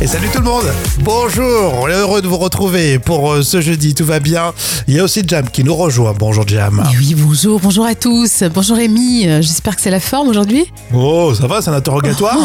Et salut tout le monde Bonjour On est heureux de vous retrouver pour euh, ce jeudi, tout va bien. Il y a aussi Jam qui nous rejoint. Bonjour Jam. Eh oui, bonjour, bonjour à tous. Bonjour Rémi, Euh, j'espère que c'est la forme aujourd'hui. Oh, ça va, c'est un interrogatoire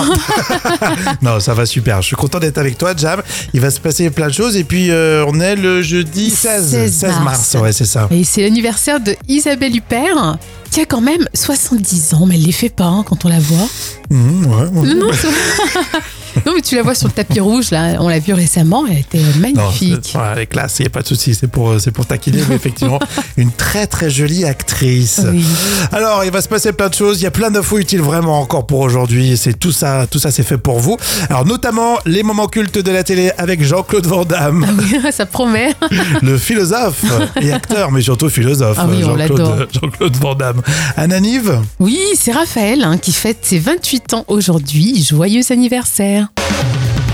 Non, ça va super. Je suis content d'être avec toi Jam. Il va se passer plein de choses et puis euh, on est le jeudi 16, 16 mars. mars. Ouais, c'est ça. Et c'est l'anniversaire de Isabelle Huppert, qui a quand même 70 ans, mais elle les fait pas hein, quand on la voit. Mhm, ouais, ouais. Non, non, c'est- non, mais tu la vois sur le tapis rouge, là. On l'a vue récemment, elle était Non, magnifique. c'est- ouais, elle est classe, il n'y a pas de souci, c'est pour, euh, c'est pour taquiner, mais effectivement, une très très jolie actrice. Oui. Alors, il va se passer plein de choses. Il y a plein d'infos utiles vraiment encore pour aujourd'hui. C'est tout ça, tout ça, c'est fait pour vous. Alors, notamment les moments cultes de la télé avec Jean-Claude Van Damme, Ah oui, ça promet. le philosophe et acteur, mais surtout philosophe. Ah oui, on l'adore. Jean-Claude Jean-Claude Van Damme. Ananive, Oui, c'est Raphaël hein, qui fête ses 28 ans aujourd'hui. Joyeux anniversaire.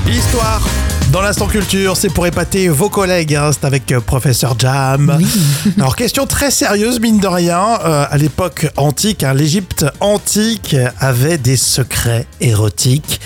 histoire. Dans l'instant culture, c'est pour épater vos collègues. hein. c'est avec euh, professeur Jam. Oui. Alors, question très sérieuse, mine de rien. Euh, à l'époque antique, hein, l'Égypte antique avait des secrets érotiques.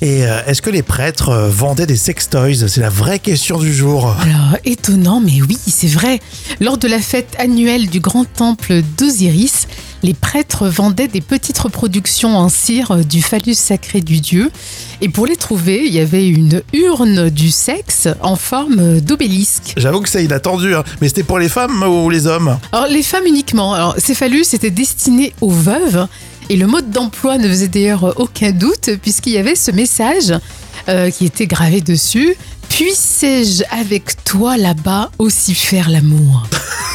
Et euh, est-ce que les prêtres euh, vendaient des sextoys C'est la vraie question du jour. Alors, étonnant, mais oui, c'est vrai. Lors de la fête annuelle du grand temple d'Osiris, les prêtres vendaient des petites reproductions en cire du phallus sacré du dieu. Et pour les trouver, il y avait une urne du sexe en forme d'obélisque. J'avoue que c'est inattendu, hein. mais c'était pour les femmes ou les hommes Alors, les femmes uniquement. Alors, ces phallus étaient destinés aux veuves. Et le mode d'emploi ne faisait d'ailleurs aucun doute, puisqu'il y avait ce message euh, qui était gravé dessus. Puissais-je avec toi là-bas aussi faire l'amour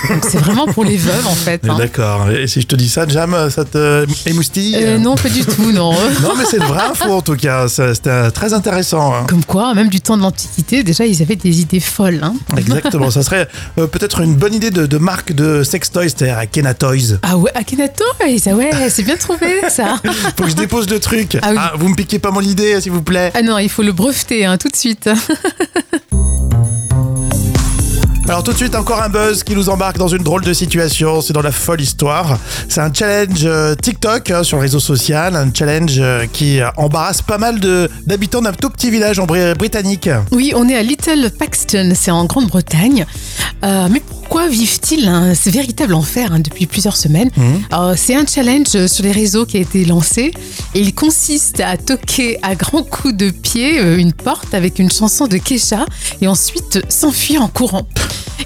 Donc c'est vraiment pour les veuves en fait. hein. D'accord. Et si je te dis ça, Jam, ça te émoustille Euh, non, pas du tout, non. Non, mais c'est une vraie info en tout cas. Ça, C'était euh, très intéressant. hein. Comme quoi, même du temps de l'Antiquité, déjà ils avaient des idées folles. hein. Exactement. Ça serait euh, peut-être une bonne idée de, de marque de sextoys, c'est-à-dire à Kena Toys. Ah ouais, Akhenaton, ah ouais, c'est bien trouvé ça. Faut que je dépose le truc. Ah oui. vous me piquez pas mon idée, s'il vous plaît. Ah non, il faut le breveter hein, tout de suite. Alors tout de suite, encore un buzz qui nous embarque dans une drôle de situation. C'est dans la folle histoire. C'est un challenge euh, TikTok hein, sur le réseau social, un challenge euh, qui euh, embarrasse pas mal de d'habitants d'un tout petit village en Bri- britannique. Oui, on est à Little Paxton, c'est en Grande-Bretagne. Euh, mais pourquoi vivent-ils un ce véritable enfer hein, depuis plusieurs semaines Euh, C'est un challenge sur les réseaux qui a été lancé. Et il consiste à toquer à grands coups de pied euh, une porte avec une chanson de Kesha et ensuite s'enfuir en courant.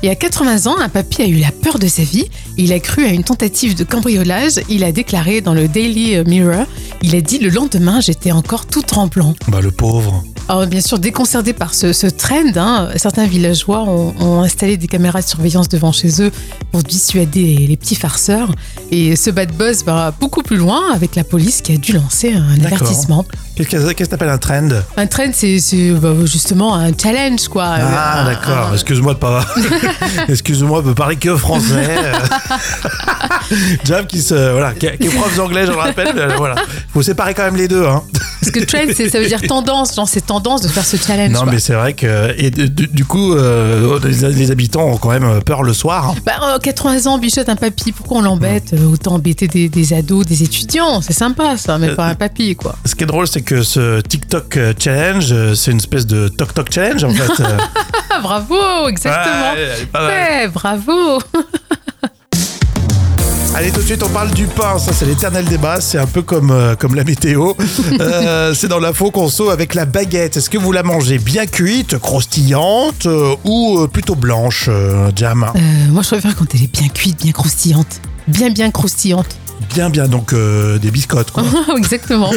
Et à 80 ans, un papy a eu la peur de sa vie. Il a cru à une tentative de cambriolage. Il a déclaré dans le Daily Mirror, il a dit le lendemain, j'étais encore tout tremblant. Bah le pauvre. Alors, Ah bien sûr, déconcertés par ce, ce trend, hein, certains villageois ont, ont installé des caméras de surveillance devant chez eux pour dissuader les, les petits farceurs. Et ce bad buzz va beaucoup plus loin avec la police qui a dû lancer un D'accord. avertissement. Qu'est-ce que qu'est-ce que t'appelles un trend Un trend, c'est c'est, bah, justement un challenge, quoi. Euh, Ah Un- d'accord. un- Excuse-moi de pas. Excuse-moi de parler que français. Jam qui se voilà, qui, qui est prof d'anglais, je le rappelle. mais, euh, Voilà. Faut séparer quand même les deux. Hein. Parce que trend, c'est- ça veut dire tendance, genre c'est tendance de faire ce challenge. Non, quoi. mais c'est vrai que euh, et du, du coup, euh, les, les habitants ont quand même euh, peur le soir. hein. Bah, euh, 80 ans, bichotte un papy, pourquoi on l'embête Hmm. Euh, Autant embêter des, des ados, des étudiants, c'est sympa ça, mais Euh, pas un papy, quoi. Ce qui est drôle, c'est que ce TikTok challenge, euh, c'est une espèce de Tok Tok challenge en fait. Euh, Ah, bravo, exactement. Ah ouais, elle est pas mal. Ouais, Eh, bravo Allez, tout de suite, on parle du pain. Ça, c'est l'éternel débat. C'est un peu comme, euh, comme la météo. Euh, c'est dans l'info conso avec la baguette. Est-ce que vous la mangez bien cuite, croustillante euh, ou euh, plutôt blanche, euh, Jam Euh, Moi, je préfère quand elle est bien cuite, bien croustillante. Bien, bien croustillante. Bien, bien, donc euh, des biscottes, quoi. Exactement.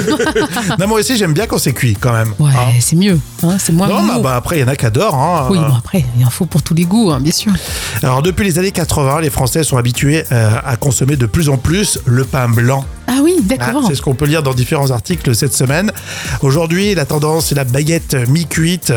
non, moi aussi, j'aime bien quand c'est cuit, quand même. Ouais, Hein c'est mieux. hein, c'est moins non, mou. bah, bah, après, il y en a qui adorent. Hein, Oui, Euh, bon, après, il y en faut pour tous les goûts, hein, bien sûr. Alors depuis les années 80, les Français sont habitués euh, à consommer de plus en plus le pain blanc. Ah oui, Ah, d'accord. c'est ce qu'on peut lire dans différents articles cette semaine. Aujourd'hui, la tendance est la baguette mi-cuite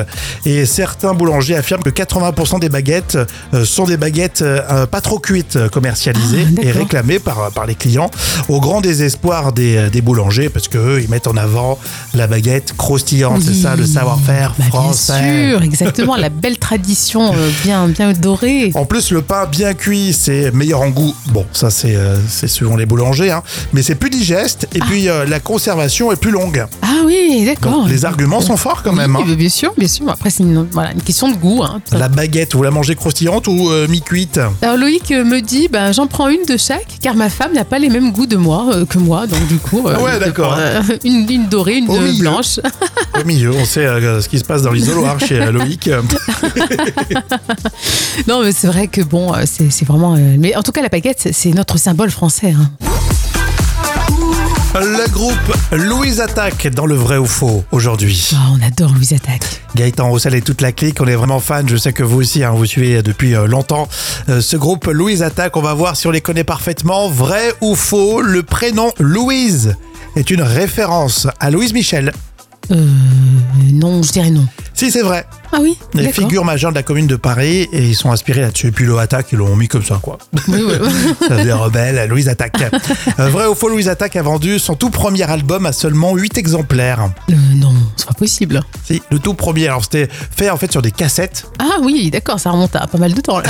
et certains boulangers affirment que 80% des baguettes euh, sont des baguettes euh, pas trop cuites euh, commercialisées Ah, d'accord. et réclamées par, euh, par les clients au grand désespoir des, des boulangers parce que eux, ils mettent en avant la baguette croustillante, Oui. c'est ça le savoir-faire Bah, français. Bien sûr, exactement. la belle tradition euh, bien, bien dorée. En plus, le pain bien cuit, c'est meilleur en goût. Bon, ça, c'est euh, c'est selon les boulangers, hein, mais c'est plus digeste et puis euh, la conservation est plus longue. Ah oui, d'accord. Donc, les arguments sont forts quand même. hein. Oui, bah, bien sûr, bien sûr. Après, c'est une, voilà, une question de goût. hein. La baguette, vous la mangez croustillante ou euh, mi-cuite Alors Loïc euh, me dit, ben, j'en prends une de chaque, car ma femme n'a pas les mêmes goûts de moi euh, que moi, donc du coup, euh, Ah Ouais, je d'accord. prends, euh, une, une dorée, une Au euh, milieu. blanche. Au milieu, on sait euh, ce qui se passe dans l'isoloir chez euh, Loïc. non, mais c'est vrai que bon, euh, c'est c'est vraiment. euh, mais en tout cas, la baguette, c'est- c'est notre symbole français. hein. Le groupe Louise Attaque dans le vrai ou faux aujourd'hui. Ah, on adore Louise Attaque. Gaëtan Roussel et toute la clique, on est vraiment fan. Je sais que vous aussi, hein, vous suivez depuis euh, longtemps euh, ce groupe Louise Attaque. On va voir si on les connaît parfaitement. Vrai ou faux, le prénom Louise est une référence à Louise Michel. Euh, non, je dirais non. Si c'est vrai, Ah oui, les d'accord. figures majeures de la commune de Paris et ils sont inspirés là-dessus. Et puis le Attaque, ils l'ont mis comme ça, quoi. Oui, oui, oui. Ça faisait rebelle, Louise Attaque. Euh, vrai ou faux, Louise Attaque a vendu son tout premier album à seulement 8 exemplaires. Euh, non, c'est pas possible. Si, le tout premier. Alors c'était fait en fait sur des cassettes. Ah oui, d'accord, ça remonte à pas mal de temps là.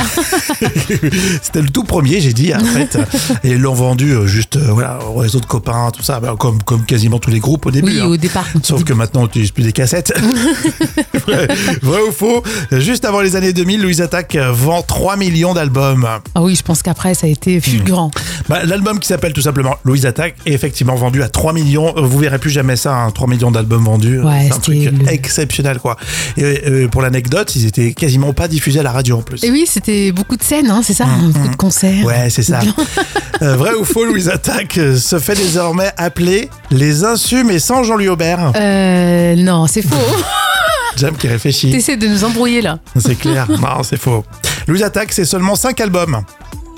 C'était le tout premier, j'ai dit, en fait. Et ils l'ont vendu euh, juste euh, voilà, au réseau de copains, tout ça, bah, comme, comme quasiment tous les groupes au début. Oui, hein. au départ. Sauf que maintenant, on n'utilise plus des cassettes. vrai, vrai ou faux Juste avant les années 2000, Louise Attaque euh, vend 3 millions d'albums. Ah oui, je pense qu'après, ça a Mmh. été fulgurant. Bah, L'album qui s'appelle tout simplement Louise Attaque est effectivement vendu à 3 millions. Euh, Vous verrez plus jamais ça, hein, 3 millions d'albums vendus. Ouais, C'est un truc c'était le- exceptionnel, quoi. Et euh, pour l'anecdote, ils étaient quasiment pas diffusés à la radio en plus. Et oui, c'était beaucoup de scènes, hein, c'est ça Beaucoup de concerts. Mmh. Ouais, c'est ça. Euh, vrai ou faux, Louise Attaque euh, se fait désormais appeler les insumes et sans Jean-Louis Aubert. Euh, non, c'est faux. Jam qui réfléchit. T'essaies de nous embrouiller là. C'est clair. Non, c'est faux. Louise Attaque, c'est seulement 5 albums.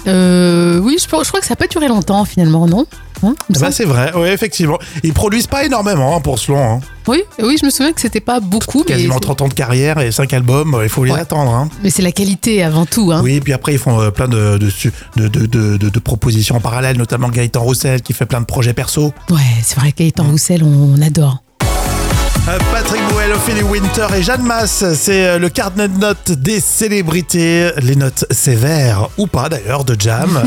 Euh, oui, je, pense- je crois que ça n'a pas duré longtemps finalement, non Hein, il me Ah bah, semble. c'est vrai, oui, effectivement. Ils produisent pas énormément hein, pour ce long. hein. oui, oui, je me souviens que c'était pas beaucoup, mais, Quasiment 30 ans de carrière et 5 albums, euh, il faut les Ouais. attendre. hein. mais c'est la qualité avant tout. Hein. Oui, puis après, ils font euh, plein de, de, su- de, de- de- de- de propositions en parallèle, notamment Gaëtan Roussel qui fait plein de projets perso. Ouais, c'est vrai qu'Aïtan Roussel, on, on adore. Euh, Patrick Bruel, Ophélie Winter et Jeanne Masse, c'est euh, le carnet de notes des célébrités, les notes sévères ou pas d'ailleurs de Jam.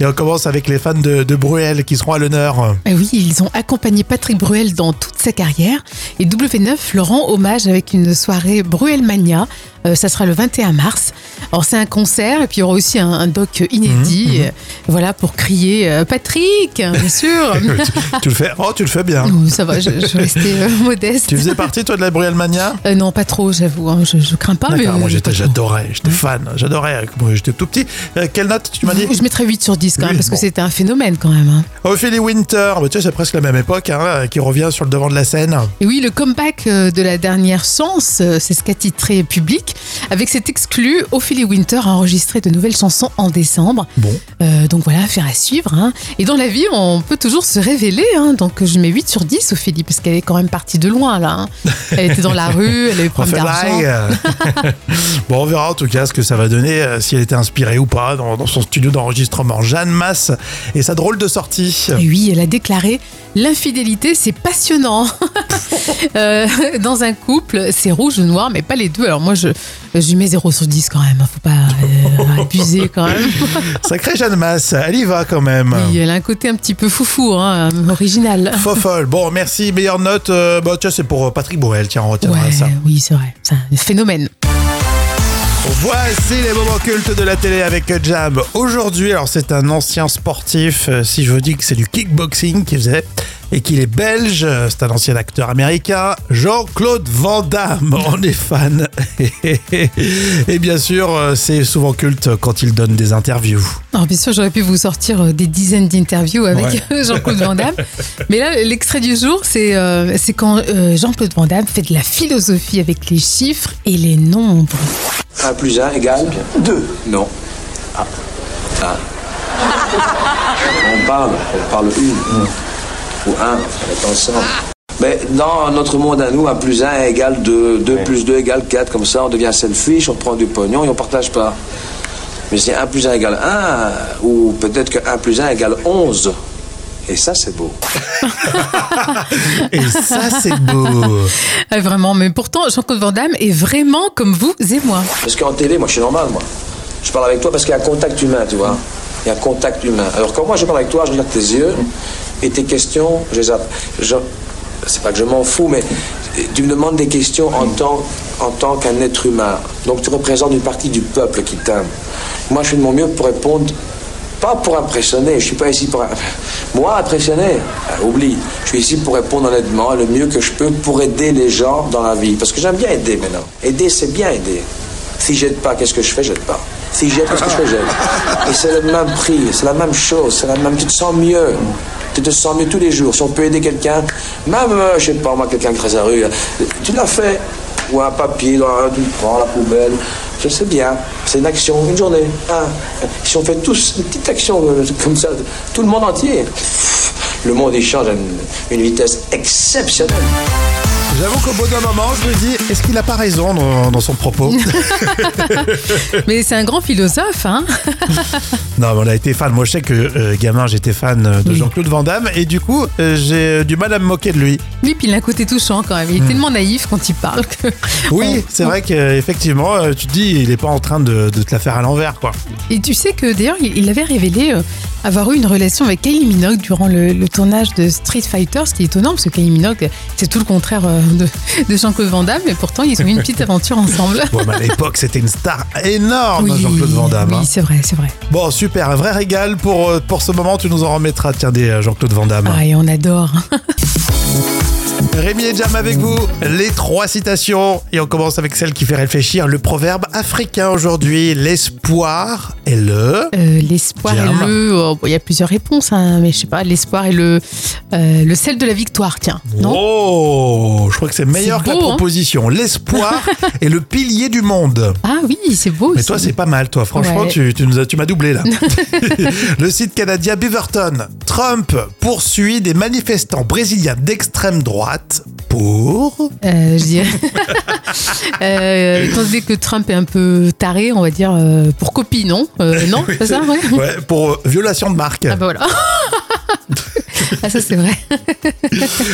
et on commence avec les fans de, de Bruel qui seront à l'honneur. Et oui, ils ont accompagné Patrick Bruel dans toute sa carrière. Et W9 leur rend hommage avec une soirée Bruelmania. Euh, ça sera le 21 mars. Alors, c'est un concert et puis il y aura aussi un, un doc inédit. euh, Voilà, pour crier euh, Patrick, bien sûr. tu, tu le fais, oh tu le fais bien. Non, ça va, je, je restais euh, modeste. Tu faisais partie toi de la Bruelmania Euh, non, pas trop, j'avoue. hein, je, je crains pas. mais, D'accord, moi euh, j'étais, pas trop. j'adorais, j'étais fan, j'adorais, moi, j'étais tout petit. Euh, quelle note tu m'as dit Je mettrais 8 sur 10 quand Oui, même, parce bon. que c'était un phénomène quand même. hein. Ophélie Winter, bah, tu sais, c'est presque la même époque, hein, qui revient sur le devant de la scène. Et oui, le comeback euh, de la dernière chance, euh, c'est ce qu'a titré public. Avec cet exclu, Ophélie Winter a enregistré de nouvelles chansons en décembre. Bon, Euh, donc voilà, affaire à suivre. hein. Et dans la vie, on peut toujours se révéler. hein. Donc je mets 8 sur 10, Ophélie, parce qu'elle est quand même partie de loin là. hein. Elle était dans la rue, elle avait On problème fait d'argent. pareil. bon, on verra en tout cas ce que ça va donner, euh, si elle était inspirée ou pas dans, dans son studio d'enregistrement. Jeanne Masse et sa drôle de sortie. Et oui, elle a déclaré L'infidélité, c'est passionnant. Euh, dans un couple, c'est rouge ou noir, mais pas les deux. Alors moi, je, je lui mets 0 sur 10 quand même. hein, Faut pas euh, abuser quand même. Sacrée Jeanne Masse, elle y va quand même. Oui, elle a un côté un petit peu foufou, hein, original. Faux folle. Bon, merci. Meilleure note, euh, bah, tiens, c'est pour euh, Patrick Bruel. Tiens, on retiendra Ouais, ça. oui, c'est vrai. C'est un phénomène. Voici les moments cultes de la télé avec Jam. Aujourd'hui, alors c'est un ancien sportif, euh, si je vous dis que c'est du kickboxing qu'il faisait et qu'il est belge, euh, c'est un ancien acteur américain, Jean-Claude Van Damme. On est fan. et bien sûr, euh, c'est souvent culte quand il donne des interviews. Alors, bien sûr, j'aurais pu vous sortir euh, des dizaines d'interviews avec Jean-Claude Van Damme. Mais là, l'extrait du jour, c'est euh, c'est quand euh, Jean-Claude Van Damme fait de la philosophie avec les chiffres et les nombres. 1 plus 1 égale 2. Non. Ah. On parle, on parle une. Ou un, on est ensemble. Mais dans notre monde à nous, 1 plus 1 égale 2, 2 plus 2 égale 4, comme ça on devient selfish, on prend du pognon et on partage pas. Mais c'est 1 plus 1 égale 1, ou peut-être que 1 plus 1 égale 11. Et ça c'est beau. Et ça, c'est beau. Ah, vraiment, mais pourtant, Jean-Claude Van Damme est vraiment comme vous et moi. Parce qu'en télé, moi je suis normal, moi. Je parle avec toi parce qu'il y a un contact humain, tu vois. Il y a un contact humain. Alors quand moi je parle avec toi, je regarde tes yeux et tes questions, je les app- je- c'est pas que je m'en fous, mais tu me demandes des questions en tant, en tant qu'un être humain. Donc tu représentes une partie du peuple qui t'aime. Moi je fais de mon mieux pour répondre, pas pour impressionner, je suis pas ici pour... Moi impressionner, euh, oublie, je suis ici pour répondre honnêtement le mieux que je peux pour aider les gens dans la vie. Parce que j'aime bien aider maintenant. Aider c'est bien aider. Si j'aide pas, qu'est-ce que je fais J'aide pas. Si j'aide, qu'est-ce que je fais J'aide. Et c'est le même prix, c'est la même chose, c'est la même. Tu te sens mieux. Tu te sens mieux tous les jours. Si on peut aider quelqu'un, même, euh, je sais pas, moi, quelqu'un qui traverse la rue, là, tu l'as fait. Ou un papier, dans la- tu le prends, la poubelle. Je sais bien, c'est une action, une journée. hein. Si on fait tous une petite action euh, comme ça, tout le monde entier, le monde il change à une- une vitesse exceptionnelle. J'avoue qu'au bout d'un moment, je me dis, est-ce qu'il a pas raison dans, dans son propos Mais c'est un grand philosophe, hein Non, mais on a été fan. Moi, je sais que euh, gamin, j'étais fan euh, de Jean-Claude Van Damme et du coup, euh, j'ai euh, du mal à me moquer de lui. Oui, puis il a un côté touchant quand même. Il est tellement naïf quand il parle que. Hmm. Oui, c'est vrai qu'effectivement, tu te dis, il est pas en train de, de te la faire à l'envers, quoi. Et tu sais que d'ailleurs, il il avait révélé euh, avoir eu une relation avec Kylie Minogue durant le, le tournage de Street Fighter, ce qui est étonnant parce que Kylie Minogue, c'est tout le contraire euh, de, de Jean-Claude Van Damme, mais pourtant ils ont eu une petite aventure ensemble. Bon, mais à l'époque, c'était une star énorme, Jean-Claude Van Damme. oui, hein. c'est vrai, c'est vrai. Bon, super, un vrai régal pour, euh, pour ce moment. Tu nous en remettras, tiens, des euh, Jean-Claude Van Damme. Ah, et on adore. Rémi et Jam avec vous, les trois citations. Et on commence avec celle qui fait réfléchir le proverbe africain aujourd'hui. L'espoir est le. Euh, l'espoir et Jam. le. oh, bon, Il y a plusieurs réponses, hein, mais je sais pas, l'espoir et le. euh, le sel de la victoire, tiens. Non Oh, je crois que c'est meilleur C'est que la beau, hein. proposition. L'espoir est le pilier du monde. Ah oui, c'est beau. Mais ça. toi, c'est pas mal, toi. Franchement, Ouais. tu, tu nous as- tu m'as doublé, là. le site canadien Beaverton. Trump poursuit des manifestants brésiliens d'extrême droite pour. Euh, je dirais. euh, étant donné que Trump est un peu taré, on va dire euh, pour copie, non Euh, Non, c'est ça, ouais. Ouais, pour euh, violation de marque. Ah bah voilà. ah ça c'est vrai.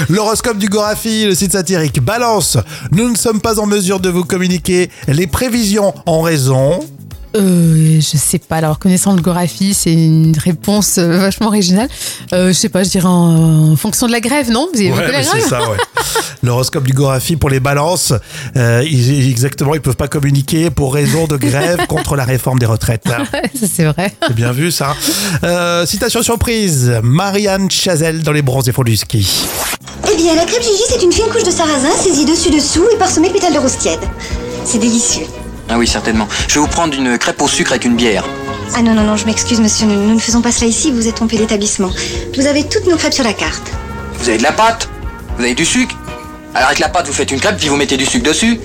L'horoscope du Gorafi, le site satirique Balance. Nous ne sommes pas en mesure de vous communiquer les prévisions en raison. Euh, je sais pas. Alors connaissant le Gorafi, c'est une réponse euh, vachement originale. Euh, je sais pas. Je dirais en, en fonction de la grève, non Vous avez vu que la mais c'est grève ça, ouais. L'horoscope du Gorafi pour les balances, euh, ils- exactement, ils peuvent pas communiquer pour raison de grève contre la réforme des retraites. Ça, c'est vrai. C'est bien vu ça. Euh, citation surprise, Marianne Chazelle dans les bronzes et fonds du ski. Eh bien, la crêpe Gigi, c'est une fine couche de sarrasin saisie dessus-dessous et parsemée de pétales de rose tiède. C'est délicieux. Ah oui, certainement. Je vais vous prendre une crêpe au sucre avec une bière. Ah non, non, non, je m'excuse, monsieur, nous, nous ne faisons pas cela ici, vous vous êtes trompé d'établissement. Vous avez toutes nos crêpes sur la carte. Vous avez de la pâte Vous avez du sucre Alors avec la pâte, vous faites une crêpe, puis vous mettez du sucre dessus.